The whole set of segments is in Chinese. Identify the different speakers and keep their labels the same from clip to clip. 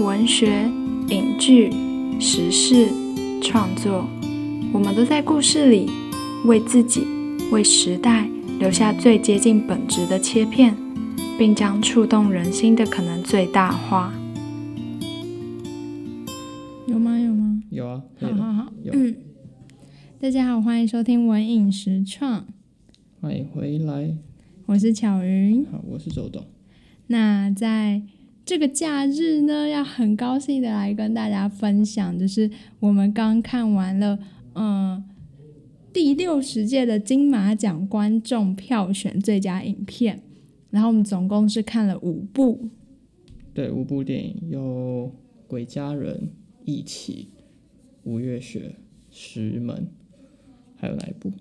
Speaker 1: 文学、影剧、时事、创作，我们都在故事里为自己、为时代留下最接近本质的切片，并将触动人心的可能最大化。
Speaker 2: 有吗？有吗？
Speaker 3: 有啊，可
Speaker 2: 好
Speaker 3: 以了
Speaker 2: 好好，
Speaker 3: 有
Speaker 2: 嗯，大家好，欢迎收听《文影实创》，
Speaker 3: 欢迎回来。
Speaker 2: 我是巧云。
Speaker 3: 好，我是周董。
Speaker 2: 那在这个假日呢，要很高兴的来跟大家分享，就是我们刚看完了，嗯、第六十届的金马奖观众票选最佳影片，然后我们总共是看了五部，
Speaker 3: 对，五部电影有《鬼家人》《一起》《五月雪》《石门》，还有哪一部？《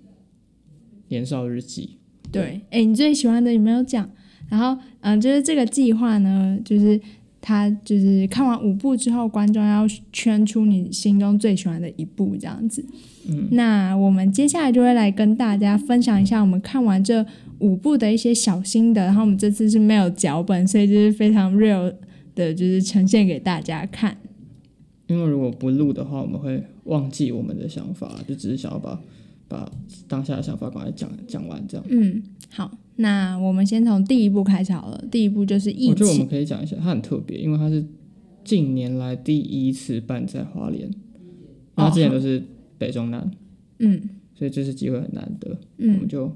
Speaker 3: 年少日记
Speaker 2: 对，哎，你最喜欢的有没有讲？然后，嗯、就是这个计划呢，就是他就是看完五部之后，观众要圈出你心中最喜欢的一部这样子。嗯，那我们接下来就会来跟大家分享一下我们看完这五部的一些小心得。然后我们这次是没有脚本，所以就是非常 real 的，就是呈现给大家看。》。
Speaker 3: 因为如果不录的话，我们会忘记我们的想法，就只是想要把把当下的想法赶快讲讲完，这样。
Speaker 2: 嗯，好，那我们先从第一部开始好了。第一部就是一
Speaker 3: 哦我觉得我们
Speaker 2: 起，
Speaker 3: 可以讲一下，它很特别，因为它是近年来第一次办在花
Speaker 2: 哦
Speaker 3: 莲，它之前都是北中南，
Speaker 2: 嗯
Speaker 3: 所以这次机会很难得。我
Speaker 2: 嗯
Speaker 3: 们就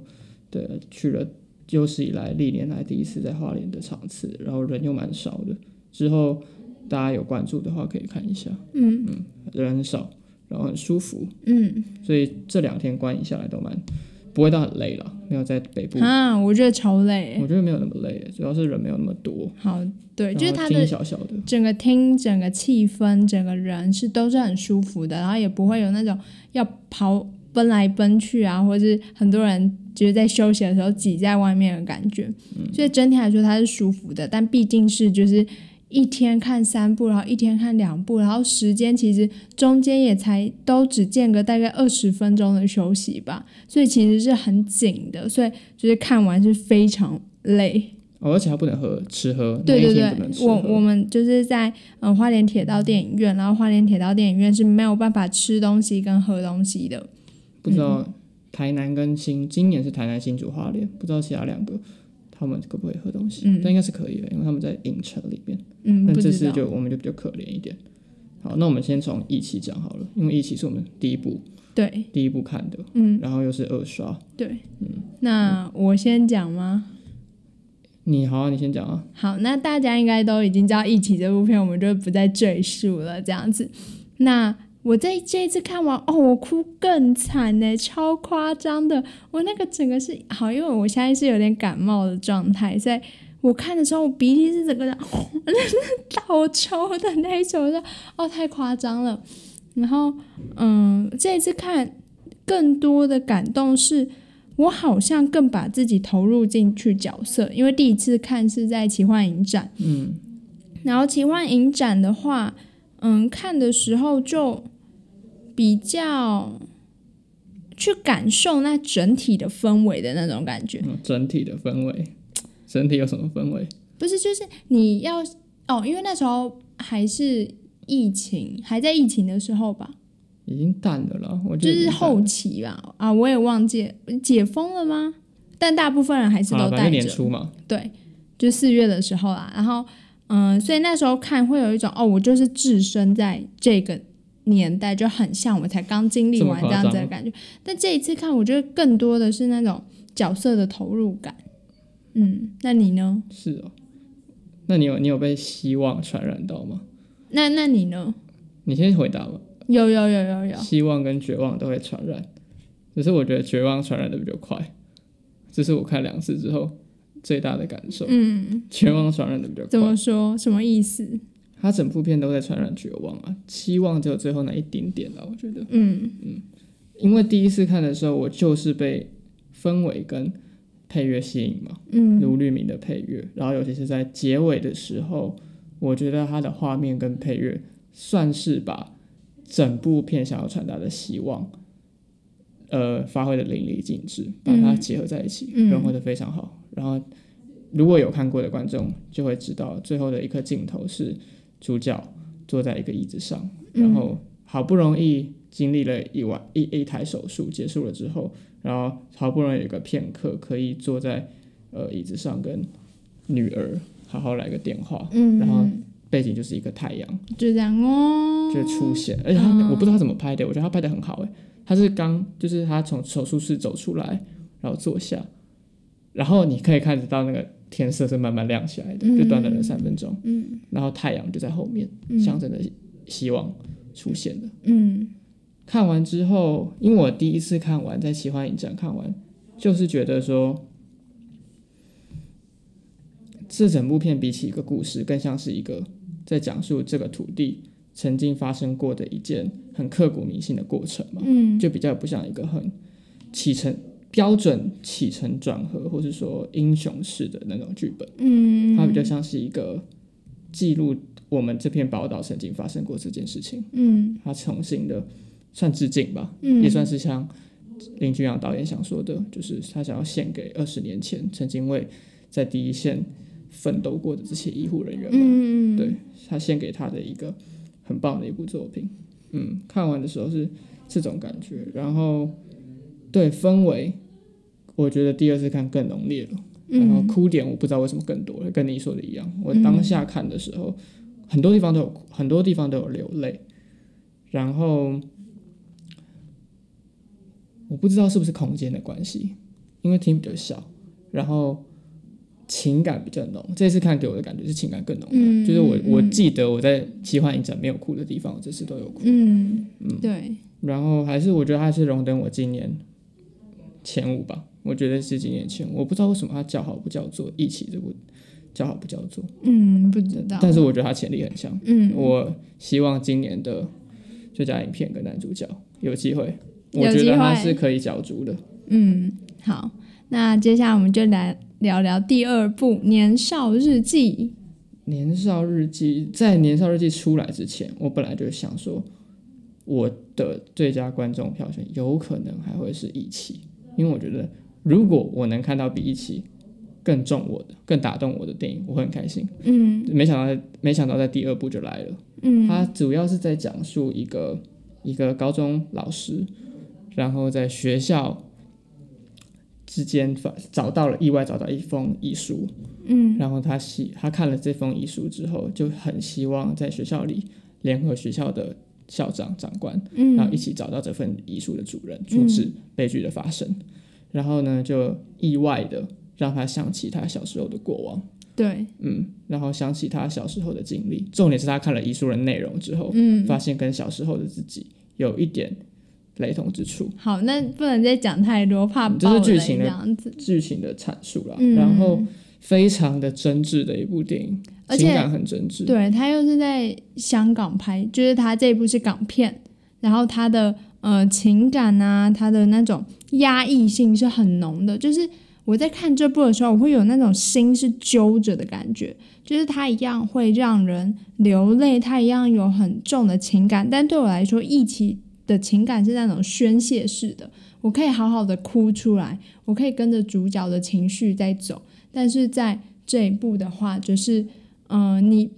Speaker 3: 对去了有史以来历年来第一次在花莲的场次，然后人又蛮少的。之后大家有关注的话可以看一下，
Speaker 2: 嗯
Speaker 3: 人很少，然后很舒服，
Speaker 2: 嗯，
Speaker 3: 所以这两天观影下来都蛮不会到很累了，没有在北部，
Speaker 2: 啊，我觉得超累。
Speaker 3: 我觉得没有那么累，主要是人没有那么多，
Speaker 2: 好，对，就是
Speaker 3: 然后
Speaker 2: 它
Speaker 3: 厅
Speaker 2: 的
Speaker 3: 小小的，
Speaker 2: 整个听、整个气氛、整个人是都是很舒服的，然后也不会有那种要跑奔来奔去啊，或是很多人就是在休息的时候挤在外面的感觉。所以整体来说它是舒服的，但毕竟是就是一天看三部，然后一天看两部，然后时间其实中间也才都只间隔大概二十分钟的休息吧，所以其实是很紧的，所以就是看完是非常累。
Speaker 3: 哦，而且还不能喝吃喝，
Speaker 2: 对对
Speaker 3: 那一天不能
Speaker 2: 对，
Speaker 3: 吃嗯
Speaker 2: 我
Speaker 3: 喝
Speaker 2: 我们就是在嗯花莲铁道电影院，然后花莲铁道电影院是没有办法吃东西跟喝东西的。
Speaker 3: 不知道
Speaker 2: 嗯
Speaker 3: 台南跟新今年是台南新竹花莲，不知道其他两个他们可不可以喝东西？
Speaker 2: 嗯
Speaker 3: 但应该是可以的，因为他们在影城里面。
Speaker 2: 嗯，
Speaker 3: 但
Speaker 2: 不
Speaker 3: 这
Speaker 2: 知
Speaker 3: 次
Speaker 2: 道。
Speaker 3: 就我们就比较可怜一点。好，那我们先从一起讲好了，因为一起是我们第一部
Speaker 2: 对，
Speaker 3: 第一部看的，
Speaker 2: 嗯
Speaker 3: 然后又是二刷。
Speaker 2: 对。那我先讲吗？
Speaker 3: 你好、啊，你先讲啊。
Speaker 2: 好，那大家应该都已经知道《一起》这部片，我们就不再赘述了。这样子，那我在这一次看完，哦，我哭更惨呢，超夸张的。我那个整个是好，因为我现在是有点感冒的状态，所以我看的时候，我鼻涕是整个的 倒抽的那一种，我说哦，太夸张了。然后，嗯，这一次看更多的感动是。我好像更把自己投入进去角色，因为第一次看是在奇幻影展，
Speaker 3: 嗯，
Speaker 2: 然后奇幻影展的话，嗯，看的时候就比较去感受那整体的氛围的那种感觉，
Speaker 3: 嗯整体的氛围， 整体有什么氛围？
Speaker 2: 不是就是你要哦，因为那时候还是疫情，还在疫情的时候吧，
Speaker 3: 已经淡了啦，我
Speaker 2: 就
Speaker 3: 觉得
Speaker 2: 是
Speaker 3: 已经淡了
Speaker 2: 后期吧，啊，我也忘记解封了吗？但大部分人还是
Speaker 3: 好啦
Speaker 2: 都
Speaker 3: 啊反
Speaker 2: 戴
Speaker 3: 正年
Speaker 2: 着。
Speaker 3: 初嘛，
Speaker 2: 对，就四月的时候啦。然后，嗯，所以那时候看会有一种哦，我就是置身在这个年代，就很像我才刚经历
Speaker 3: 这么
Speaker 2: 完
Speaker 3: 夸
Speaker 2: 这样子
Speaker 3: 张
Speaker 2: 的感觉。但这一次看，我觉得更多的是那种角色的投入感。嗯，那你呢？
Speaker 3: 是哦。那你有你有被希望传染到吗？
Speaker 2: 那那你呢？
Speaker 3: 你先回答吧。
Speaker 2: 有有有有有，
Speaker 3: 希望跟绝望都会传染，只是我觉得绝望传染的比较快，这是我看两次之后最大的感受。
Speaker 2: 嗯，
Speaker 3: 绝望传染的比较
Speaker 2: 怎
Speaker 3: 快
Speaker 2: 么，说？什么意思？
Speaker 3: 他整部片都在传染绝望啊，希望只有最后那一点点了、我觉得，
Speaker 2: 嗯
Speaker 3: 因为第一次看的时候，我就是被氛围跟配乐吸引嘛，
Speaker 2: 嗯
Speaker 3: 卢律明的配乐，然后尤其是在结尾的时候，我觉得他的画面跟配乐算是把整部片想要传达的希望，呃，发挥的淋漓尽致，把它结合在一起，
Speaker 2: 嗯
Speaker 3: 融合的非常好。然后如果有看过的观众就会知道，最后的一颗镜头是主角坐在一个椅子上，然后好不容易经历了一晚一一台手术结束了之后，然后好不容易有一个片刻可以坐在呃椅子上跟女儿好好来个电话，
Speaker 2: 嗯，
Speaker 3: 然后背景就是一个太阳
Speaker 2: 就这样哦，
Speaker 3: 就出现，而且他、
Speaker 2: 嗯
Speaker 3: 我不知道他怎么拍的，我觉得他拍的很好哎，他是刚就是他从手术室走出来，然后坐下，然后你可以看得到那个天色是慢慢亮起来的，就短短的三分钟，
Speaker 2: 嗯
Speaker 3: 然后太阳就在后面，象
Speaker 2: 嗯
Speaker 3: 征着希望出现了。
Speaker 2: 嗯
Speaker 3: 看完之后，因为我第一次看完在奇幻影展看完，就是觉得说，这整部片比起一个故事，更像是一个在讲述这个土地曾经发生过的一件很刻骨铭心的过程嘛，
Speaker 2: 嗯
Speaker 3: 就比较不像一个很起承标准起承转合，或是说英雄式的那种剧本，
Speaker 2: 嗯，
Speaker 3: 它比较像是一个记录我们这片宝岛曾经发生过这件事情。
Speaker 2: 嗯
Speaker 3: 他重新的算致敬吧，
Speaker 2: 嗯
Speaker 3: 也算是像林君阳导演想说的，就是他想要献给二十年前曾经为在第一线奋斗过的这些医护人员们，
Speaker 2: 嗯嗯
Speaker 3: 对他献给他的一个很棒的一部作品。嗯，看完的时候是这种感觉，然后对氛围，我觉得第二次看更浓烈了。然后
Speaker 2: 嗯
Speaker 3: 哭点我不知道为什么更多了，跟你说的一样，我当下看的时候，很多地方都有很多地方都有流泪，然后我不知道是不是空间的关系，因为厅比较小，然后情感比较浓。这次看给我的感觉是情感更浓的，
Speaker 2: 嗯
Speaker 3: 就是我
Speaker 2: 嗯
Speaker 3: 我记得我在奇幻影展没有哭的地方，我这次都有哭。
Speaker 2: 嗯对，
Speaker 3: 然后还是我觉得它是荣登我今年前五吧，我觉得是今年前五。我不知道为什么它叫好不叫座，一起这部叫好不叫座，
Speaker 2: 嗯不知道，
Speaker 3: 但是我觉得它潜力很强。
Speaker 2: 嗯
Speaker 3: 我希望今年的最佳影片跟男主角有机会，我
Speaker 2: 有
Speaker 3: 觉
Speaker 2: 机
Speaker 3: 得它
Speaker 2: 会
Speaker 3: 是可以角逐的。
Speaker 2: 嗯，好，那接下来我们就来聊聊第二部《年少日记
Speaker 3: 年少日记在年少日记出来之前，我本来就想说，我的最佳观众票选有可能还会是一期，因为我觉得如果我能看到比一期更中我的、更打动我的电影，我会很开心。》。
Speaker 2: 嗯
Speaker 3: 没想到，没想到在第二部就来了。
Speaker 2: 嗯
Speaker 3: 它主要是在讲述一个一个高中老师，然后在学校之间发找到了意外找到一封遗书，
Speaker 2: 嗯
Speaker 3: 然后他希他看了这封遗书之后，就很希望在学校里联合学校的校长长官，然后一
Speaker 2: 嗯
Speaker 3: 起找到这份遗书的主人，阻止悲剧的发生。然后呢，就意外的让他想起他小时候的过往，
Speaker 2: 对，
Speaker 3: 嗯，然后想起他小时候的经历。重点是他看了遗书的内容之后，
Speaker 2: 嗯
Speaker 3: 发现跟小时候的自己有一点雷同之处。
Speaker 2: 好，那不能再讲太多，怕
Speaker 3: 嗯这是
Speaker 2: 爆
Speaker 3: 剧
Speaker 2: 雷
Speaker 3: 情
Speaker 2: 这
Speaker 3: 的
Speaker 2: 样子。
Speaker 3: 剧情的阐述啦，
Speaker 2: 嗯
Speaker 3: 然后非常的真挚的一部电影，
Speaker 2: 而且
Speaker 3: 情感很真挚。
Speaker 2: 对他又是在香港拍，就是他这一部是港片，然后他的呃情感啊，他的那种压抑性是很浓的。就是我在看这部的时候，我会有那种心是揪着的感觉，就是他一样会让人流泪，他一样有很重的情感，但对我来说，一起的情感是那种宣泄式的，我可以好好的哭出来，我可以跟着主角的情绪在走，但是在这一部的话，就是。嗯、你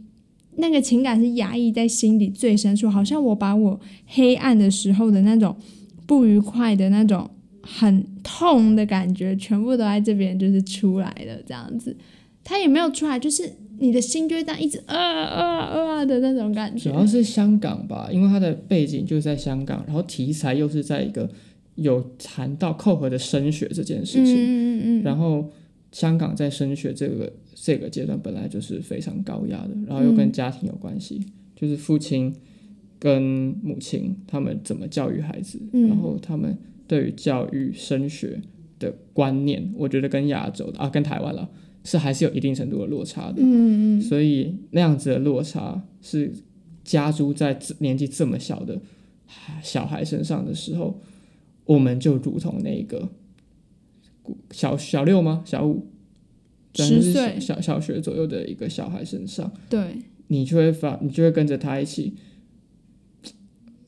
Speaker 2: 那个情感是压抑在心底最深处，好像我把我黑暗的时候的那种不愉快的那种很痛的感觉，全部都在这边就是出来了，这样子，它也没有出来，就是你的心就会这样一直啊啊啊的那种感
Speaker 3: 主
Speaker 2: 觉，
Speaker 3: 要是香港吧，因为它的背景就是在香港，然后题材又是在一个有谈到扣合的升学这件事
Speaker 2: 嗯
Speaker 3: 情，
Speaker 2: 嗯嗯嗯，
Speaker 3: 然后香港在升学这个这个阶段本来就是非常高压的，然后又跟家庭有关系，
Speaker 2: 嗯
Speaker 3: 就是父亲跟母亲他们怎么教育孩子，
Speaker 2: 嗯
Speaker 3: 然后他们对于教育升学的观念，我觉得跟亚洲的啊跟台湾了是还是有一定程度的落差的，
Speaker 2: 嗯嗯
Speaker 3: 所以那样子的落差是加诸在这年纪这么小的小孩身上的时候，我们就如同那个小小六吗？小五，
Speaker 2: 十
Speaker 3: 反正是
Speaker 2: 岁
Speaker 3: 小小学左右的一个小孩身上，
Speaker 2: 对，
Speaker 3: 你就会发，你就会跟着他一起。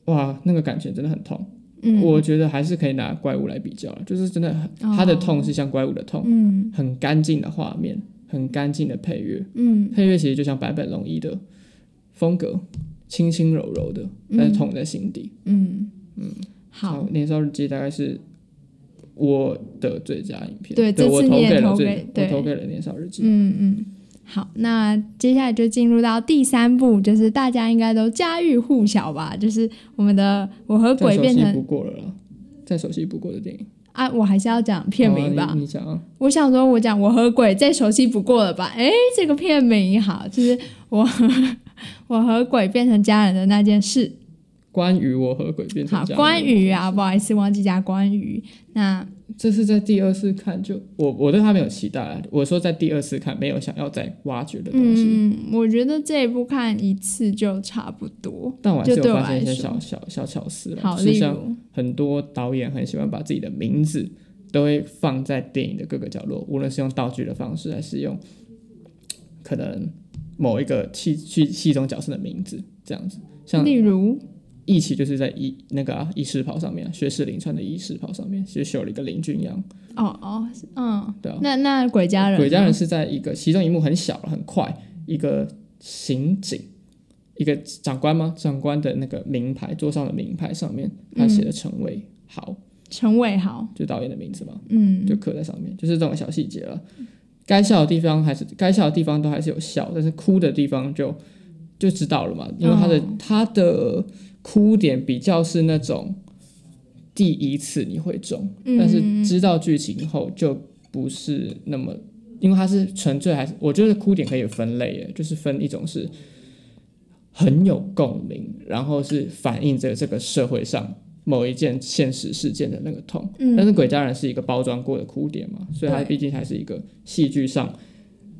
Speaker 3: 哇，那个感觉真的很痛，
Speaker 2: 嗯，哦
Speaker 3: 我觉得还是可以拿怪物来比较了，就是真的很，他的痛是像怪物的痛，
Speaker 2: 嗯
Speaker 3: 很干净的画面，很干净的配乐，
Speaker 2: 嗯
Speaker 3: 配乐其实就像坂本龙一的风格，轻轻柔柔的，但是痛在心底。
Speaker 2: 嗯好，
Speaker 3: 《年少日记》大概是我的最佳影片，
Speaker 2: 对
Speaker 3: 对，
Speaker 2: 这次
Speaker 3: 我
Speaker 2: 你也
Speaker 3: 给
Speaker 2: 投
Speaker 3: 了
Speaker 2: 给
Speaker 3: 最，
Speaker 2: 对
Speaker 3: 我投给了《年少日记》
Speaker 2: 嗯嗯，好，那接下来就进入到第三步，就是大家应该都家喻户晓吧，就是我们的《我和
Speaker 3: 再
Speaker 2: 鬼》
Speaker 3: 熟
Speaker 2: 变
Speaker 3: 悉
Speaker 2: 成
Speaker 3: 不过了啦，再熟悉不过的电影
Speaker 2: 啊，我还是要讲片
Speaker 3: 好啊
Speaker 2: 名吧。
Speaker 3: 你你讲啊，
Speaker 2: 我想说，我讲我和鬼再熟悉不过了吧？诶，这个片名好，就是我和我和鬼变成家人的那件事。
Speaker 3: 关于我和鬼变成
Speaker 2: 好，
Speaker 3: 家人
Speaker 2: 关于啊，不好意思，忘记加关于。那
Speaker 3: 这是在第二次看就我我对他没有期待啊，我说在第二次看没有想要再挖掘的东西，
Speaker 2: 嗯，我觉得这一部看一次就差不多。
Speaker 3: 但我还
Speaker 2: 就
Speaker 3: 是有
Speaker 2: 对我
Speaker 3: 发现一
Speaker 2: 来
Speaker 3: 些
Speaker 2: 说
Speaker 3: 小小小巧思啦，
Speaker 2: 好，
Speaker 3: 啊就是
Speaker 2: 例
Speaker 3: 像
Speaker 2: 如，
Speaker 3: 很多导演很喜欢把自己的名字都会放在电影的各个角落，无论是用道具的方式，还是用可能某一个戏剧戏中角色的名字这样子。像
Speaker 2: 例如，
Speaker 3: 义气就是在医那个啊医师袍上面啊，薛士林穿的医师袍上面，其实绣了一个林俊阳，
Speaker 2: 哦哦，是嗯，
Speaker 3: 对啊。
Speaker 2: 那那鬼家人，
Speaker 3: 鬼家人，是在一个其中一幕很小很快，一个刑警，一个长官吗？长官的那个名牌桌上的名牌上面，他写的陈伟豪，
Speaker 2: 陈伟豪，
Speaker 3: 就导演的名字嘛。
Speaker 2: 嗯
Speaker 3: 就刻在上面，就是这种小细节了。该笑的地方还是该笑的地方都还是有笑，但是哭的地方就就知道了嘛，因为他的、
Speaker 2: 嗯
Speaker 3: 他的哭点比较是那种第一次你会中，
Speaker 2: 嗯
Speaker 3: 但是知道剧情后就不是那么，因为他是纯粹还是我觉得哭点可以分类耶，就是分一种是很有共鸣，然后是反映着这个社会上某一件现实事件的那个痛。
Speaker 2: 嗯
Speaker 3: 但是《鬼家人》是一个包装过的哭点嘛，所以它
Speaker 2: 对
Speaker 3: 毕竟还是一个戏剧上，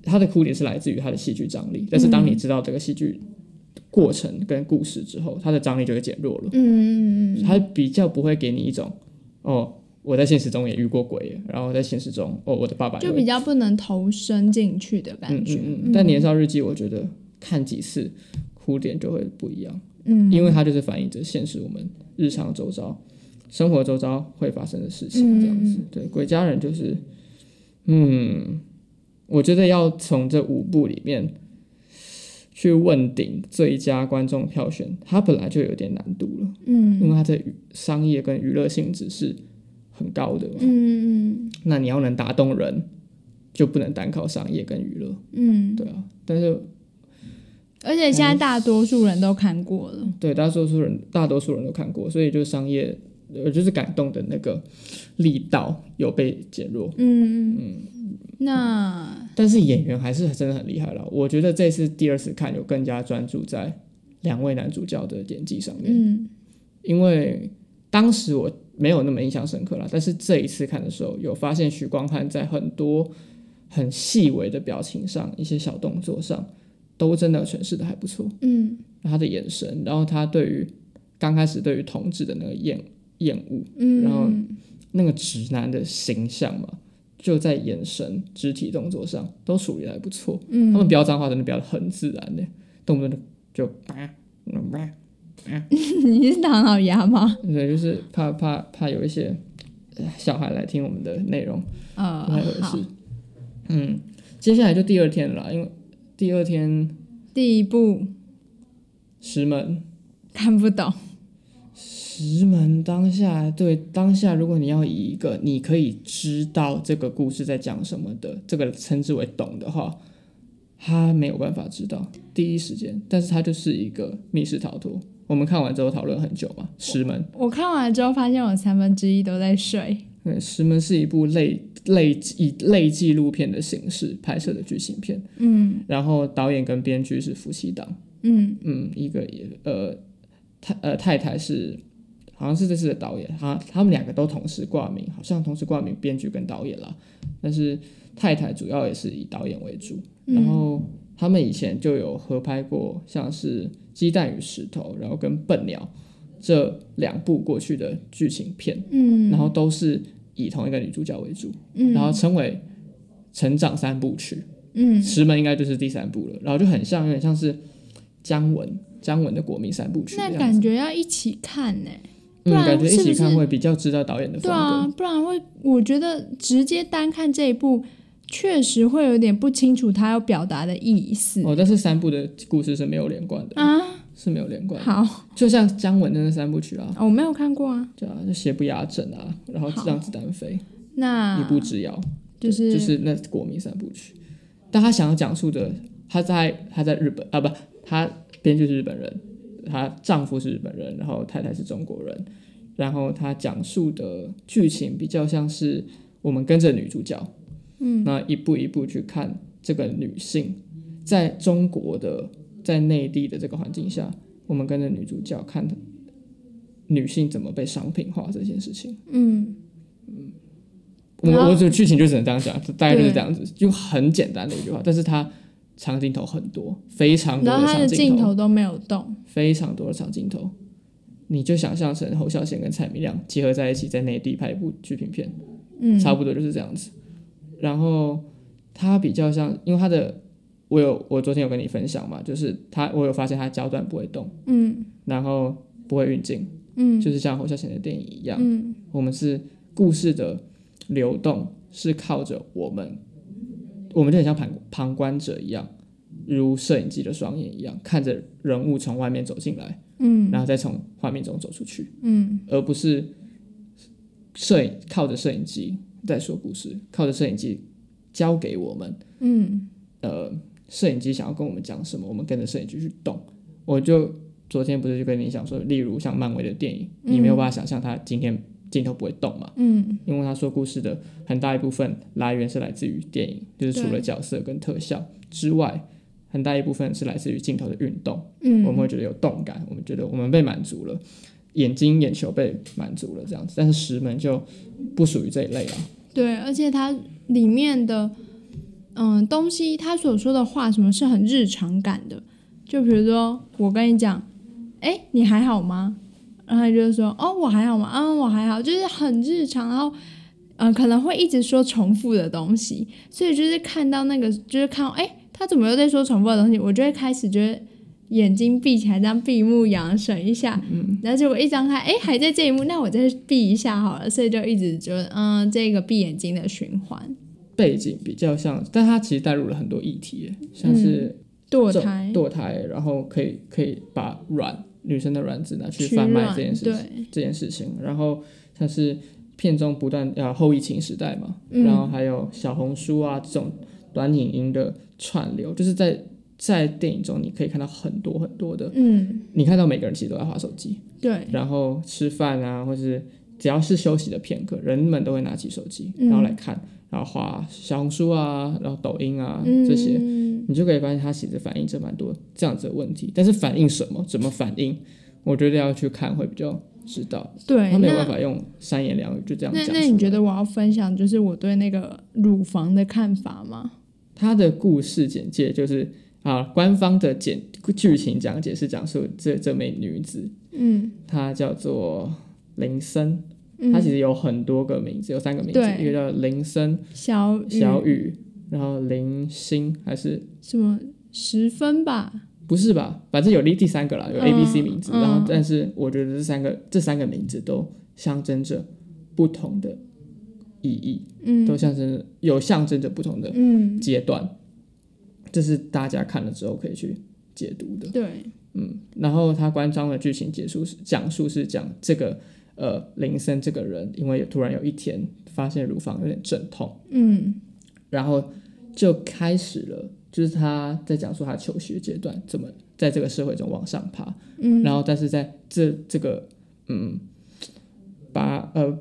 Speaker 3: 它的哭点是来自于它的戏剧张
Speaker 2: 嗯
Speaker 3: 力。但是当你知道这个戏剧过程跟故事之后，它的张力就会减弱了，
Speaker 2: 嗯嗯嗯
Speaker 3: 它比较不会给你一种哦。我在现实中也遇过鬼耶，然后在现实中，哦，我的爸爸
Speaker 2: 嗯，
Speaker 3: 也
Speaker 2: 就
Speaker 3: 会
Speaker 2: 比较不能投身进去的感觉。
Speaker 3: 嗯嗯嗯。但《年少日记》我觉得看几次哭点就会不一样，
Speaker 2: 嗯
Speaker 3: 因为它就是反映着现实我们日常周遭、生活周遭会发生的事
Speaker 2: 嗯
Speaker 3: 情，这样子。对，《鬼家人》就是，嗯，我觉得要从这五部里面。去问鼎最佳观众票选，它本来就有点难度了，
Speaker 2: 嗯
Speaker 3: 因为它的娱商业跟娱乐性质是很高的嘛。
Speaker 2: 嗯嗯
Speaker 3: 那你要能打动人，就不能单靠商业跟娱乐。
Speaker 2: 嗯，
Speaker 3: 对啊，但是
Speaker 2: 而且现在大多数人都看过了。
Speaker 3: 对大多数人，大多数人都看过，所以就是商业，呃，就是感动的那个力道有被减弱，
Speaker 2: 嗯嗯，那
Speaker 3: 但是演员还是真的很厉害了。我觉得这次第二次看，有更加专注在两位男主角的演技上面，
Speaker 2: 嗯
Speaker 3: 因为当时我没有那么印象深刻啦，但是这一次看的时候，有发现许光汉在很多很细微的表情上、一些小动作上，都真的诠释的还不错。
Speaker 2: 嗯
Speaker 3: 他的眼神，然后他对于刚开始对于同志的那个厌厌恶，
Speaker 2: 嗯，
Speaker 3: 然后那个直男的形象嘛，就在眼神、肢体动作上都处理的还不错。
Speaker 2: 嗯
Speaker 3: 他们飙脏话真的飙的很自然的，动不动就叭嗯叭，
Speaker 2: 你是唐老鸭 吗？
Speaker 3: 对，就是怕怕怕有一些呃小孩来听我们的内容，
Speaker 2: 呃
Speaker 3: 不太合，
Speaker 2: 好
Speaker 3: 适，。嗯，接下来就第二天了啦，因为第二天
Speaker 2: 第一部
Speaker 3: 石门
Speaker 2: 看不懂，
Speaker 3: 石门当下，对当下，如果你要以一个你可以知道这个故事在讲什么的这个称之为懂的话，他没有办法知道第一时间，但是他就是一个密室逃脱。我们看完之后讨论很久嘛，《石门》
Speaker 2: 我看完之后发现我三分之一都在睡。
Speaker 3: 对，《石门》是一部类类以类纪录片的形式拍摄的剧情片，
Speaker 2: 嗯
Speaker 3: 然后导演跟编剧是夫妻档，
Speaker 2: 嗯
Speaker 3: 嗯，一个呃太呃太太是好像是这次的导演，他他们两个都同时挂名，好像同时挂名编剧跟导演啦。但是太太主要也是以导演为主，
Speaker 2: 嗯
Speaker 3: 然后他们以前就有合拍过像是《鸡蛋与石头》，然后跟《笨鸟》这两部过去的剧情片，
Speaker 2: 嗯，
Speaker 3: 然后都是以同一个女主角为主，
Speaker 2: 嗯
Speaker 3: 然后称为成长三部曲。
Speaker 2: 嗯
Speaker 3: 石门应该就是第三部了，然后就很像，有点像是姜文姜文的国民三部曲这
Speaker 2: 那
Speaker 3: 样子，
Speaker 2: 感觉要一起看呢、不
Speaker 3: 嗯，
Speaker 2: 然
Speaker 3: 感觉一
Speaker 2: 是不
Speaker 3: 起看
Speaker 2: 是
Speaker 3: 会比较知道导演的风
Speaker 2: 对啊
Speaker 3: 格。
Speaker 2: 啊，不然会，我觉得直接单看这一部确实会有点不清楚他要表达的意思、
Speaker 3: 哦，但是三部的故事是没有连贯的，
Speaker 2: 啊。
Speaker 3: 是没有连贯的。
Speaker 2: 好、
Speaker 3: 就像姜文的那三部曲啊，
Speaker 2: 哦我没有看过啊。
Speaker 3: 对啊，就邪不压正啊，然后
Speaker 2: 好
Speaker 3: 让子弹飞，
Speaker 2: 那
Speaker 3: 一步之遥，
Speaker 2: 就
Speaker 3: 对
Speaker 2: 是
Speaker 3: 就是那国民三部曲。但他想要讲述的，他在他在日本啊，不，他编剧是日本人，她丈夫是日本人，然后太太是中国人，然后他讲述的剧情比较像是我们跟着女主角，嗯，那一步一步去看这个女性在中国的在内地的这个环境下，我们跟着女主角看她女性怎么被商品化这件事情。
Speaker 2: 嗯，
Speaker 3: 我
Speaker 2: 然后
Speaker 3: 我这剧情就只能这样讲，大概就是这样子，就很简单的一句话，但是它长镜头很多，非常多
Speaker 2: 然后他
Speaker 3: 长
Speaker 2: 的
Speaker 3: 镜
Speaker 2: 镜
Speaker 3: 头，
Speaker 2: 头都没有动，
Speaker 3: 非常多的长镜头，你就想象成侯孝贤跟蔡明亮结合在一起，在内地拍一部剧情片，
Speaker 2: 嗯，
Speaker 3: 差不多就是这样子。然后它比较像，因为它的我有我昨天有跟你分享嘛，就是它我有发现它焦段不会动，
Speaker 2: 嗯
Speaker 3: 然后不会运镜，
Speaker 2: 嗯
Speaker 3: 就是像侯孝贤的电影一样，
Speaker 2: 嗯
Speaker 3: 我们是故事的流动是靠着我们，我们就很像旁旁观者一样，如摄影机的双眼一样，看着人物从外面走进来，
Speaker 2: 嗯
Speaker 3: 然后再从画面中走出去，
Speaker 2: 嗯
Speaker 3: 而不是摄影靠着摄影机在说故事，靠着摄影机教给我们，
Speaker 2: 嗯
Speaker 3: 呃，摄影机想要跟我们讲什么，我们跟着摄影机去动。我就昨天不是就跟你讲说，例如像漫威的电影，你没有办法想象它今天镜头不会动嘛？
Speaker 2: 嗯
Speaker 3: 因为他说故事的很大一部分来源是来自于电影，就是除
Speaker 2: 对
Speaker 3: 了角色跟特效之外，很大一部分是来自于镜头的运动。我
Speaker 2: 嗯
Speaker 3: 们会觉得有动感，我们觉得我们被满足了，眼睛眼球被满足了这样子。但是石门就不属于这一类了。
Speaker 2: 对，而且它里面的嗯东西，他所说的话什么是很日常感的，就比如说我跟你讲，哎，你还好吗？然后他就说，哦，我还好吗？嗯，我还好，就是很日常，然后。嗯、可能会一直说重复的东西，所以就是看到那个，就是看到，哎、他怎么又在说重复的东西？我就会开始觉得眼睛闭起来，这样闭目养神一下，然后结果一张开，哎，还在这一幕，那我再闭一下好了，所以就一直就嗯，这个闭眼睛的循环，
Speaker 3: 背景比较像，但它其实带入了很多议题耶，像是
Speaker 2: 堕
Speaker 3: 这
Speaker 2: 胎、
Speaker 3: 堕胎，然后可以可以把卵女生的卵子拿去
Speaker 2: 取
Speaker 3: 贩卖
Speaker 2: 卵，
Speaker 3: 这件事情。
Speaker 2: 对，
Speaker 3: 这件事情，然后像是片中不断呃后疫情时代嘛，
Speaker 2: 嗯
Speaker 3: 然后还有小红书啊这种短影音的串流，就是在在电影中你可以看到很多很多的，
Speaker 2: 嗯，
Speaker 3: 你看到每个人其实都在划手机，
Speaker 2: 对，
Speaker 3: 然后吃饭啊，或是只要是休息的片刻，人们都会拿起手机
Speaker 2: 嗯
Speaker 3: 然后来看，然后划小红书啊，然后抖音啊
Speaker 2: 嗯，
Speaker 3: 这些。
Speaker 2: 嗯
Speaker 3: 你就可以发现它其实反映着蛮多这样子的问题，但是反映什么，怎么反映，我觉得要去看会比较知道。
Speaker 2: 对，
Speaker 3: 他没有办
Speaker 2: 那
Speaker 3: 法用三言两语就这样
Speaker 2: 那
Speaker 3: 讲。
Speaker 2: 那你觉得我要分享就是我对那个乳房的看法吗？
Speaker 3: 他的故事简介就是啊，官方的简剧情讲解是讲述这这枚女子，
Speaker 2: 嗯
Speaker 3: 她叫做林森，
Speaker 2: 嗯，
Speaker 3: 她其实有很多个名字，有三个名字，
Speaker 2: 对嗯
Speaker 3: 一个叫林森、
Speaker 2: 小雨
Speaker 3: 小雨，然后林星还是
Speaker 2: 什么十分吧，
Speaker 3: 不是吧？反正有第第三个啦，有 A、B、C 名字。
Speaker 2: 嗯
Speaker 3: 然后，但是我觉得这三个这三个名字都象征着不同的意义，
Speaker 2: 嗯
Speaker 3: 都象征有象征着不同的
Speaker 2: 嗯，
Speaker 3: 阶段，这是大家看了之后可以去解读的。
Speaker 2: 对，
Speaker 3: 嗯，然后他官方的剧情结束是讲述是讲这个呃林森这个人，因为突然有一天发现乳房有点阵痛，
Speaker 2: 嗯
Speaker 3: 然后就开始了，就是他在讲述他求学阶段怎么在这个社会中往上爬，
Speaker 2: 嗯，
Speaker 3: 然后但是在这这个嗯，把呃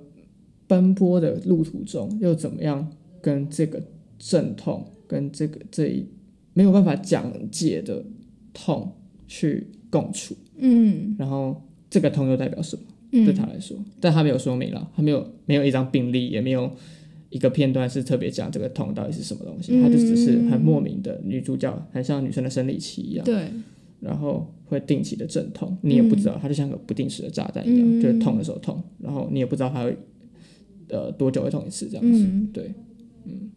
Speaker 3: 奔波的路途中，又怎么样跟这个阵痛跟这个这一没有办法讲解的痛去共处，
Speaker 2: 嗯
Speaker 3: 然后这个痛又代表什么？
Speaker 2: 嗯，
Speaker 3: 对他来说，但他没有说明了，他没有没有一张病历，也没有一个片段是特别讲这个痛到底是什么东西，他就只是很莫名的女主角，很像女生的生理期一样。
Speaker 2: 对，
Speaker 3: 然后会定期的阵痛，你也不知道，它就像个不定时的炸弹一样，
Speaker 2: 嗯
Speaker 3: 就是痛的时候痛，然后你也不知道它会呃多久会痛一次这样子。
Speaker 2: 嗯。
Speaker 3: 对，嗯，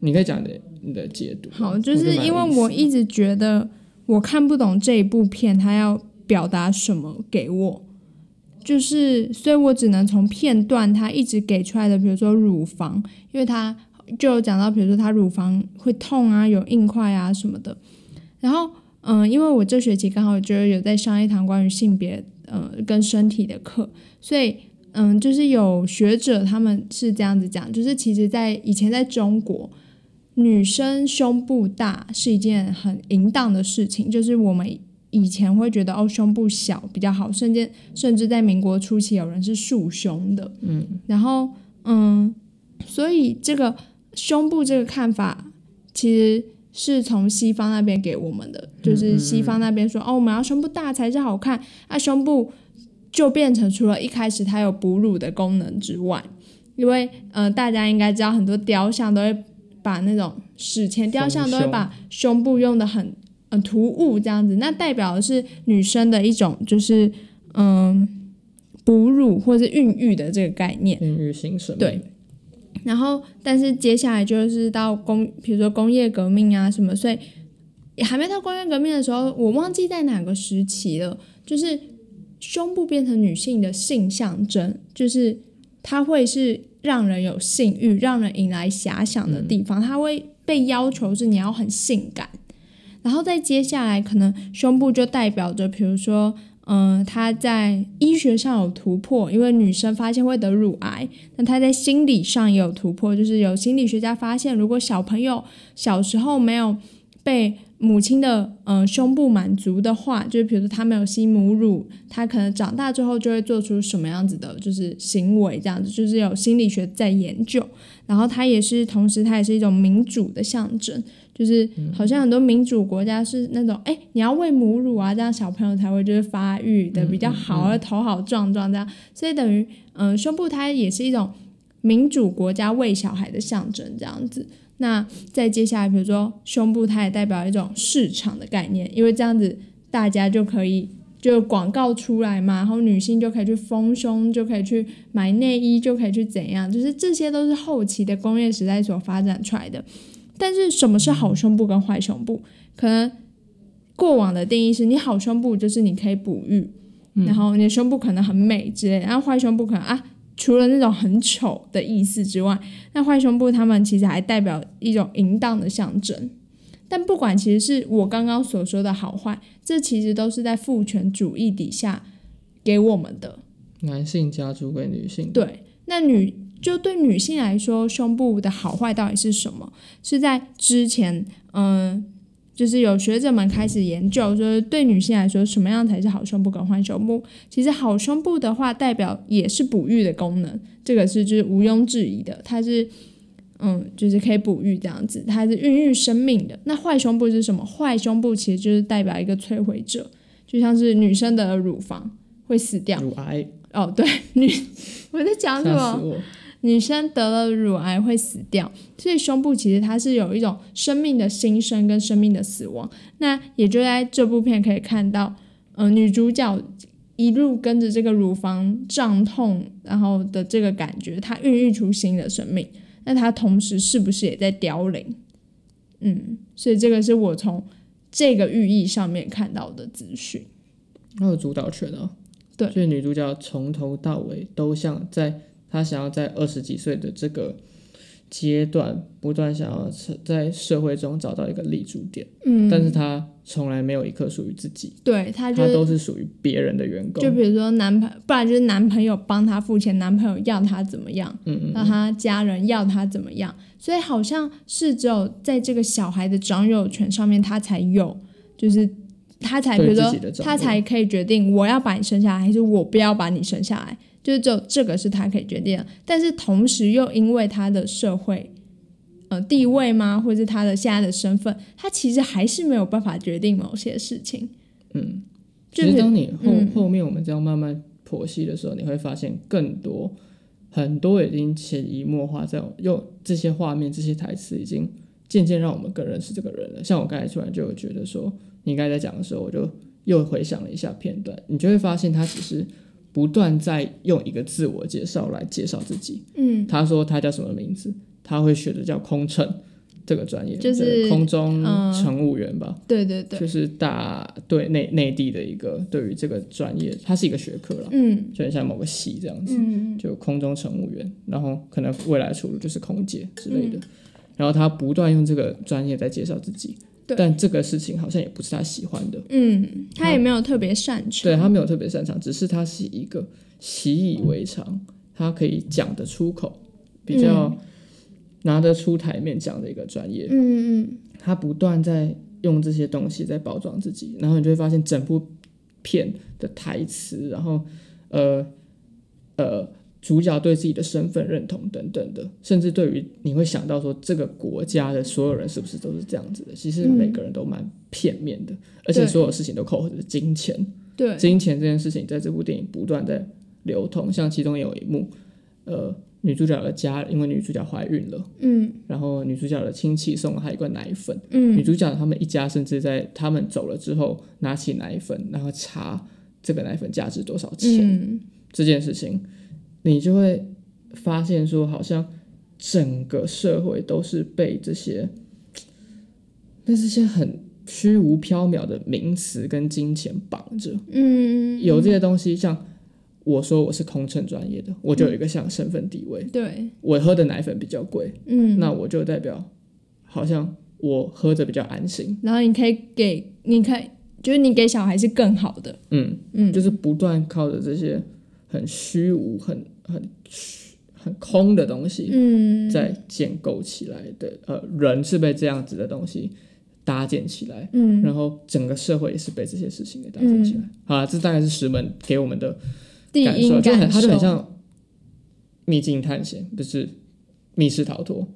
Speaker 3: 你可以讲你的你的解读。
Speaker 2: 好，就
Speaker 3: 觉
Speaker 2: 是
Speaker 3: 得蛮有
Speaker 2: 因为我
Speaker 3: 意思
Speaker 2: 一直觉得我看不懂这一部片，它要表达什么给我，就是所以我只能从片段它一直给出来的，比如说乳房，因为它就有讲到，比如说她乳房会痛啊，有硬块啊什么的。然后，嗯、因为我这学期刚好就是有在上一堂关于性别，呃，跟身体的课，所以，嗯，就是有学者他们是这样子讲，就是其实在以前在中国，女生胸部大是一件很淫荡的事情，就是我们以前会觉得哦胸部小比较好，甚至甚至在民国初期有人是束胸的，嗯，然后嗯，所以这个胸部这个看法其实是从西方那边给我们的，
Speaker 3: 嗯
Speaker 2: 就是西方那边说哦我们要胸部大才是好看，啊胸部就变成除了一开始它有哺乳的功能之外。因为呃，大家应该知道，很多雕像都会把那种史前雕像都会
Speaker 3: 丰胸
Speaker 2: 把胸部用的很很突兀这样子，那代表的是女生的一种就是嗯哺乳或是孕育的这个概念。
Speaker 3: 孕育新生命
Speaker 2: 对，然后，但是接下来就是到工，比如说工业革命啊什么，所以也还没到工业革命的时候，我忘记在哪个时期了，就是胸部变成女性的性象征，就是它会是让人有性欲，让人引来遐想的地
Speaker 3: 嗯
Speaker 2: 方，它会被要求是你要很性感。然后再接下来，可能胸部就代表着，比如说，嗯、她在医学上有突破，因为女生发现会得乳癌，那她在心理上也有突破，就是有心理学家发现，如果小朋友小时候没有被母亲的呃胸部满足的话，就是比如说他没有吸母乳，他可能长大之后就会做出什么样子的，就是行为这样子，就是有心理学在研究。然后它也是同时它也是一种民主的象征，就是好像很多民主国家是那种哎、你要喂母乳啊，这样小朋友才会就是发育的比较好，而头好壮壮这样。所以等于嗯、呃胸部它也是一种民主国家喂小孩的象征这样子。那再接下来，比如说胸部，它也代表一种市场的概念，因为这样子大家就可以就广告出来嘛，然后女性就可以去丰胸，就可以去买内衣，就可以去怎样，就是这些都是后期的工业时代所发展出来的。但是什么是好胸部跟坏胸部？可能过往的定义是你好胸部就是你可以哺育，然后你的胸部可能很美之类的，然后坏胸部可能啊，除了那种很丑的意思之外，那坏胸部他们其实还代表一种淫荡的象征。但不管其实是我刚刚所说的好坏，这其实都是在父权主义底下给我们的。
Speaker 3: 男性加诸给女性，
Speaker 2: 对，那女就对女性来说，胸部的好坏到底是什么？是在之前，嗯、就是有学者们开始研究，就是对女性来说，什么样才是好胸部跟坏胸部？其实好胸部的话，代表也是哺育的功能，这个是就是毋庸置疑的，它是。嗯，就是可以哺育这样子，它是孕育生命的。那坏胸部是什么？坏胸部其实就是代表一个摧毁者，就像是女生的乳房会死掉，
Speaker 3: 乳癌
Speaker 2: 哦，对， 女我在讲什
Speaker 3: 吓死
Speaker 2: 么？
Speaker 3: 我，
Speaker 2: 女生得了乳癌会死掉，所以胸部其实它是有一种生命的新生跟生命的死亡。那也就在这部片可以看到，嗯、女主角一路跟着这个乳房胀痛，然后的这个感觉，她孕育出新的生命。那她同时是不是也在凋零？嗯，所以这个是我从这个寓意上面看到的资讯。
Speaker 3: 她有主导权啊。
Speaker 2: 对
Speaker 3: 所以女主角从头到尾都像在她想要在二十几岁的这个阶段，不断想要在社会中找到一个立足点，
Speaker 2: 嗯，
Speaker 3: 但是她从来没有一刻属于自己，
Speaker 2: 对，她就
Speaker 3: 她
Speaker 2: 是
Speaker 3: 都是属于别人的员工
Speaker 2: 就。比如说男朋不然就是男朋友帮她付钱，男朋友要她怎么样，
Speaker 3: 嗯嗯
Speaker 2: 让她家人要她怎么样，所以好像是只有在这个小孩的掌有权上面，她才有，就是她才比
Speaker 3: 对
Speaker 2: 如
Speaker 3: 自
Speaker 2: 说
Speaker 3: 己的掌握
Speaker 2: 她才可以决定我要把你生下来，还是我不要把你生下来，就是只有这个是她可以决定的。但是同时又因为她的社会。呃，地位吗，或者是她的现在的身份，她其实还是没有办法决定某些事情。
Speaker 3: 嗯。
Speaker 2: 就
Speaker 3: 其实
Speaker 2: 比
Speaker 3: 当你后、
Speaker 2: 嗯
Speaker 3: 后面我们这样慢慢剖析的时候，你会发现更多很多已经潜移默化在用这些画面、这些台词，已经渐渐让我们更认识这个人了。像我刚才突然就有觉得说，你刚才在讲的时候，我就又回想了一下片段，你就会发现他其实不断在用一个自我介绍来介绍自己。
Speaker 2: 嗯，
Speaker 3: 他说他叫什么名字，他会学的叫空乘，这个专业，
Speaker 2: 就是
Speaker 3: 空中
Speaker 2: 嗯
Speaker 3: 乘务员吧，
Speaker 2: 对对对，
Speaker 3: 就是大对内内地的一个对于这个专业，它是一个学科啦，
Speaker 2: 嗯
Speaker 3: 就很像某个系这样子，
Speaker 2: 嗯
Speaker 3: 就空中乘务员，然后可能未来出路就是空姐之类的。
Speaker 2: 嗯
Speaker 3: 然后他不断用这个专业在介绍自己
Speaker 2: 对，
Speaker 3: 但这个事情好像也不是他喜欢的，
Speaker 2: 嗯，他也没有特别擅长，
Speaker 3: 对他没有特别擅长，只是他是一个习以为常，他可以讲得出口，比较拿得出台面讲的一个专业。
Speaker 2: 嗯嗯
Speaker 3: 他不断在用这些东西在包装自己，然后你就会发现整部片的台词，然后呃呃主角对自己的身份认同等等的，甚至对于你会想到说这个国家的所有人是不是都是这样子的？其实
Speaker 2: 嗯
Speaker 3: 每个人都蛮片面的，而且
Speaker 2: 对
Speaker 3: 所有事情都扣合着金钱。
Speaker 2: 对，
Speaker 3: 金钱这件事情在这部电影不断在流通，像其中有一幕，呃，女主角的家因为女主角怀孕了，
Speaker 2: 嗯
Speaker 3: 然后女主角的亲戚送了她一罐奶粉。女
Speaker 2: 嗯
Speaker 3: 主角他们一家甚至在他们走了之后，拿起奶粉，然后查这个奶粉价值多少钱、
Speaker 2: 嗯
Speaker 3: 这件事情，你就会发现说，好像整个社会都是被这些，那这些很虚无缥缈的名词跟金钱绑着。
Speaker 2: 嗯，
Speaker 3: 有这些东西，像我说我是空乘专业的，我就有一个像身份地位，
Speaker 2: 对，
Speaker 3: 我喝的奶粉比较贵，
Speaker 2: 嗯，
Speaker 3: 那我就代表好像我喝着比较安心。
Speaker 2: 然后你可以给，你可以就是你给小孩是更好的，
Speaker 3: 嗯，
Speaker 2: 嗯，
Speaker 3: 就是不断靠着这些很虚无、很很虚很空的东西
Speaker 2: 嗯
Speaker 3: 在建构起来的。呃，人是被这样子的东西搭建起来，
Speaker 2: 嗯
Speaker 3: 然后整个社会也是被这些事情给搭建起来。好啦，这大概是石门给我们的
Speaker 2: 第
Speaker 3: 感
Speaker 2: 一
Speaker 3: 受，
Speaker 2: 感
Speaker 3: 就很它就很
Speaker 2: 受
Speaker 3: 像秘境探险，不是密室逃脱。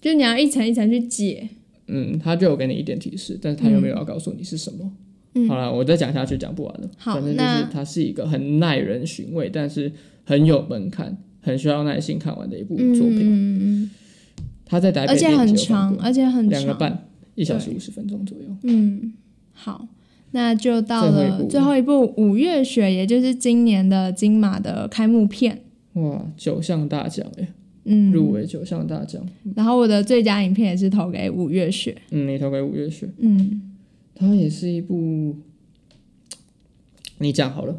Speaker 2: 就你要一层一层去解，
Speaker 3: 嗯，他就有给你一点提示，但是他又没有要告诉你是什么。
Speaker 2: 嗯
Speaker 3: 好了，我再讲下去讲不完了。
Speaker 2: 好
Speaker 3: 反正就
Speaker 2: 那
Speaker 3: 是它是一个很耐人寻味，但是很有门槛，很需要耐心看完的一部作品。
Speaker 2: 嗯，
Speaker 3: 它在台北
Speaker 2: 而且
Speaker 3: 电影
Speaker 2: 很
Speaker 3: 节有放
Speaker 2: 长，
Speaker 3: 过，
Speaker 2: 而且很
Speaker 3: 两个
Speaker 2: 长，
Speaker 3: 半，一小时五十分钟左右。
Speaker 2: 嗯，好。那就到了最
Speaker 3: 最
Speaker 2: 后
Speaker 3: 后
Speaker 2: 一部《五月雪》，也就是今年的金马的开幕片。
Speaker 3: 哇，九项大奖哎，
Speaker 2: 嗯，
Speaker 3: 入围九项大奖。
Speaker 2: 然后我的最佳影片也是投给《五月雪》。
Speaker 3: 嗯，你投给五月雪，
Speaker 2: 嗯
Speaker 3: 它也是一部，你讲好了。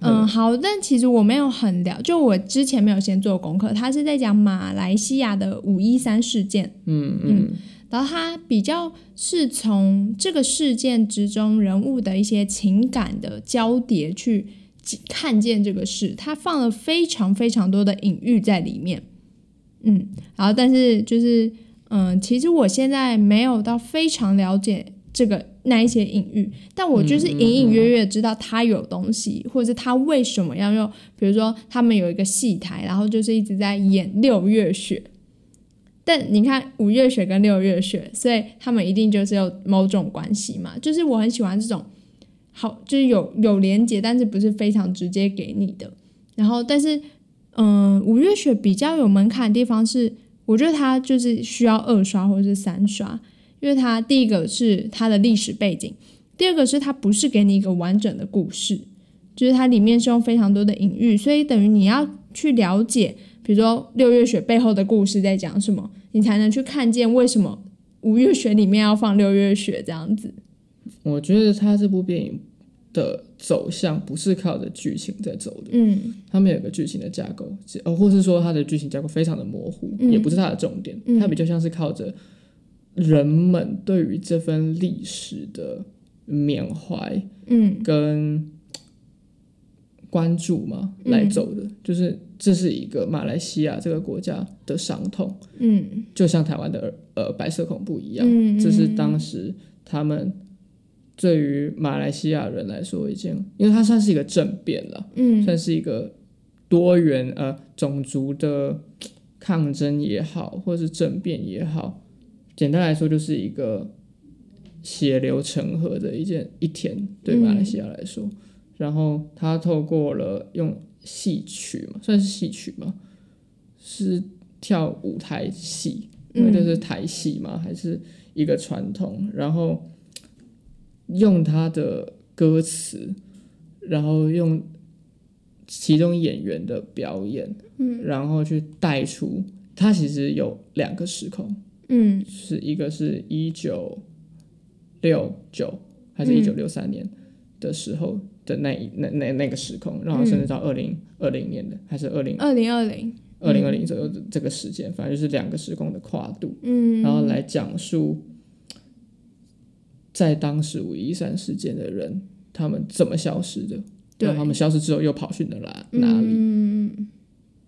Speaker 2: 嗯，好，但其实我没有很了，就我之前没有先做功课，他是在讲马来西亚的五一三事件，
Speaker 3: 嗯嗯
Speaker 2: 然后他比较是从这个事件之中人物的一些情感的交叠去看见这个事，他放了非常非常多的隐喻在里面。嗯，然后但是就是嗯，其实我现在没有到非常了解这个那一些隐喻，但我就是隐隐约约知道他有东西，或者是他为什么要用，比如说他们有一个戏台，然后就是一直在演六月雪。但你看五月雪跟六月雪，所以他们一定就是有某种关系嘛。就是我很喜欢这种好，就是有有连接，但是不是非常直接给你的。然后，但是，嗯，五月雪比较有门槛的地方是，我觉得它就是需要二刷或者是三刷，因为它第一个是它的历史背景，第二个是它不是给你一个完整的故事，就是它里面是用非常多的隐喻，所以等于你要去了解，比如说六月雪背后的故事在讲什么，你才能去看见为什么五月雪里面要放六月雪这样子。
Speaker 3: 我觉得他这部电影的走向不是靠着剧情在走的，
Speaker 2: 嗯
Speaker 3: 他们有个剧情的架构，是呃，或是说它的剧情架构非常的模糊，
Speaker 2: 嗯
Speaker 3: 也不是它的重点，
Speaker 2: 嗯
Speaker 3: 它比较像是靠着人们对于这份历史的缅怀
Speaker 2: 嗯
Speaker 3: 跟关注嘛
Speaker 2: 嗯
Speaker 3: 来走的，就是这是一个马来西亚这个国家的伤痛，
Speaker 2: 嗯
Speaker 3: 就像台湾的呃白色恐怖一样，
Speaker 2: 嗯
Speaker 3: 这是当时他们对于马来西亚人来说已经，因为它算是一个政变了，
Speaker 2: 嗯
Speaker 3: 算是一个多元呃种族的抗争也好，或是政变也好，简单来说就是一个血流成河的一件一天，对马来西亚来说。然后他透过了用戏曲嘛，算是戏曲嘛，是跳舞台戏，因为这是台戏嘛，还是一个传统，然后用他的歌词，然后用其中演员的表演，嗯，然后去带出他其实有两个时空，
Speaker 2: 嗯
Speaker 3: 是一个是一九六九还
Speaker 2: 嗯
Speaker 3: 是一九六三年的时候的那一、那那那个时空，然后甚
Speaker 2: 嗯
Speaker 3: 至到二零二零年的，还是二零
Speaker 2: 二零二零，
Speaker 3: 二零二零左右的这个时间，反正就是两个时空的跨度，
Speaker 2: 嗯，
Speaker 3: 然后来讲述在当时五一三事件的人他们怎么消失的，
Speaker 2: 对
Speaker 3: 然后他们消失之后又跑去哪哪哪里，
Speaker 2: 嗯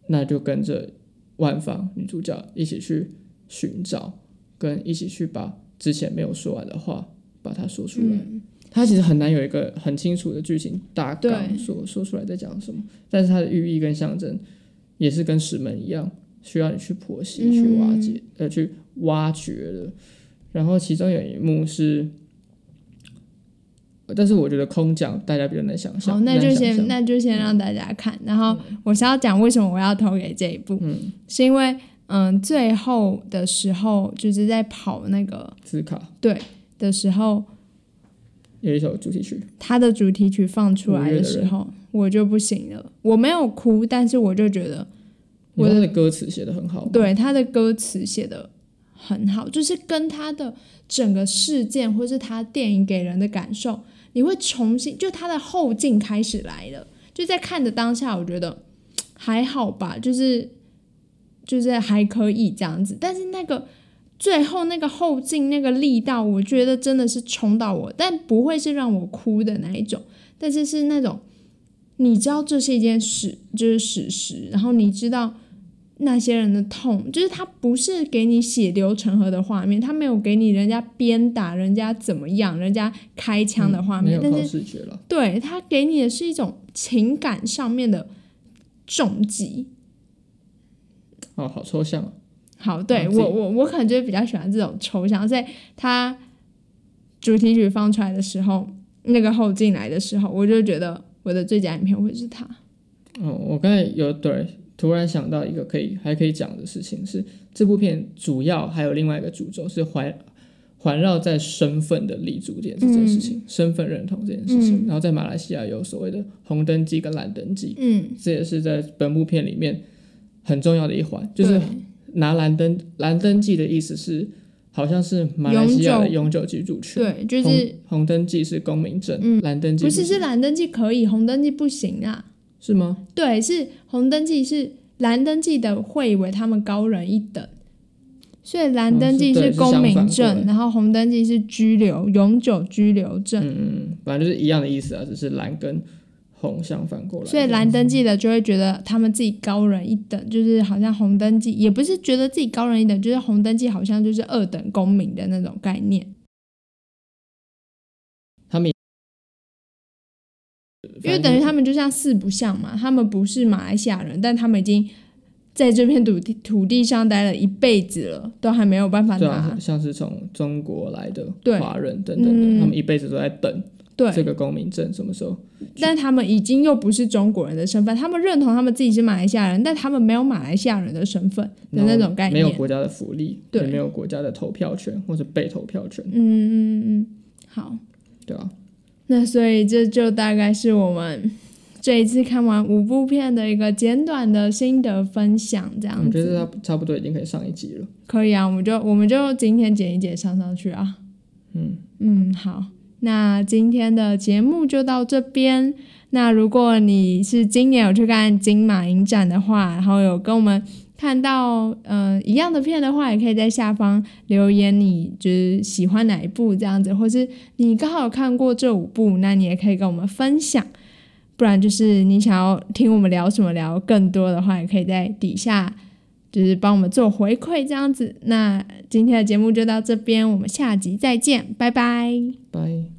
Speaker 3: 那就跟着万芳女主角一起去寻找，跟一起去把之前没有说完的话把它说出来。
Speaker 2: 嗯
Speaker 3: 它其实很难有一个很清楚的剧情大纲
Speaker 2: 对
Speaker 3: 说说出来在讲什么，但是它的寓意跟象征也是跟石门一样，需要你去剖析、
Speaker 2: 嗯
Speaker 3: 去挖掘、呃去挖掘的。然后其中有一幕是，呃但是我觉得空讲大家比较难想象，
Speaker 2: 好，哦那
Speaker 3: 难
Speaker 2: 就
Speaker 3: 想象
Speaker 2: 先那就先让大家看。然后我是要讲为什么我要投给这一部，
Speaker 3: 嗯
Speaker 2: 是因为嗯，最后的时候就是在跑那个
Speaker 3: 字卡
Speaker 2: 对的时候，
Speaker 3: 有一首主题曲，
Speaker 2: 它的主题曲放出来的时候，我就不行了。我没有哭，但是我就觉得我
Speaker 3: 它
Speaker 2: 的
Speaker 3: 的歌词写的很好，
Speaker 2: 对他的歌词写的很好，就是跟他的整个事件或是他电影给人的感受，你会重新就他的后劲开始来了，就在看的当下，我觉得还好吧，就是就是还可以这样子，但是那个。最后那个后劲那个力道，我觉得真的是冲到我，但不会是让我哭的那一种，但是是那种你知道这是一件事，就是史实，然后你知道那些人的痛，就是他不是给你血流成河的画面，他没有给你人家鞭打、人家怎么样、人家开枪的画
Speaker 3: 嗯没
Speaker 2: 面，
Speaker 3: 有
Speaker 2: 但
Speaker 3: 靠
Speaker 2: 是
Speaker 3: 视觉了，
Speaker 2: 对他给你的是一种情感上面的重击。
Speaker 3: 哦，好抽象啊，
Speaker 2: 好，对
Speaker 3: 了解
Speaker 2: 我我我可能就比较喜欢这种抽象，所以他主题曲放出来的时候，那个后进来的时候，我就觉得我的最佳影片会是他。
Speaker 3: 嗯，我刚才有对突然想到一个可以还可以讲的事情是，这部片主要还有另外一个主轴是环环绕在身份的立足点这件事情，身份认同这件事情。
Speaker 2: 嗯
Speaker 3: 然后在马来西亚有所谓的红灯记跟蓝灯记，
Speaker 2: 嗯，
Speaker 3: 这也是在本部片里面很重要的一环，就是
Speaker 2: 对
Speaker 3: 拿蓝灯蓝灯记的意思是好像是马来西亚的永久居住权。
Speaker 2: 对，就是嗯
Speaker 3: 红红灯记是公民证，蓝灯记
Speaker 2: 不是
Speaker 3: 是
Speaker 2: 是蓝灯记可以，红灯记不行啊。
Speaker 3: 是吗？
Speaker 2: 对，是红灯记是蓝灯记的会以为他们高人一等，所以蓝灯记
Speaker 3: 嗯是对
Speaker 2: 公民
Speaker 3: 是相反
Speaker 2: 证，
Speaker 3: 过来
Speaker 2: 然后红灯记是居留永久居留证，
Speaker 3: 嗯，反正就是一样的意思啊，只是蓝跟红相反过来。
Speaker 2: 所以蓝登记的就会觉得他们自己高人一等，就是好像红登记也不是觉得自己高人一等，就是红登记好像就是二等公民的那种概念，
Speaker 3: 他们也，
Speaker 2: 因为等于他们就像四不像嘛，他们不是马来西亚人，但他们已经在这片土地土地上待了一辈子了，都还没有办法
Speaker 3: 对
Speaker 2: 拿。
Speaker 3: 啊，像是从中国来的
Speaker 2: 对
Speaker 3: 华人等等的，
Speaker 2: 嗯
Speaker 3: 他们一辈子都在等
Speaker 2: 对
Speaker 3: 这个公民证什么时候。
Speaker 2: 但他们已经又不是中国人的身份，他们认同他们自己是马来西亚人，但他们没有马来西亚人的身份的
Speaker 3: 然后
Speaker 2: 那种概
Speaker 3: 没有
Speaker 2: 念。
Speaker 3: 国家的福利，
Speaker 2: 对
Speaker 3: 也没有国家的投票权或者被投票权
Speaker 2: 嗯，嗯嗯，好，
Speaker 3: 对啊吧、
Speaker 2: 那所以这就大概是我们这一次看完五部片的一个简短的心得分享，这
Speaker 3: 我
Speaker 2: 样
Speaker 3: 觉
Speaker 2: 子。
Speaker 3: 得差不差不多已经可以上一集了。
Speaker 2: 可以啊，我们就我们就今天剪一剪上上去啊。
Speaker 3: 嗯
Speaker 2: 嗯，好，那今天的节目就到这边。那如果你是今年有去看金马影展的话，然后有跟我们看到呃一样的片的话，也可以在下方留言，你就是喜欢哪一部这样子，或是你刚好有看过这五部，那你也可以跟我们分享。不然就是你想要听我们聊什么聊更多的话，也可以在底下就是帮我们做回馈这样子。那今天的节目就到这边，我们下集再见，拜拜。
Speaker 3: 拜。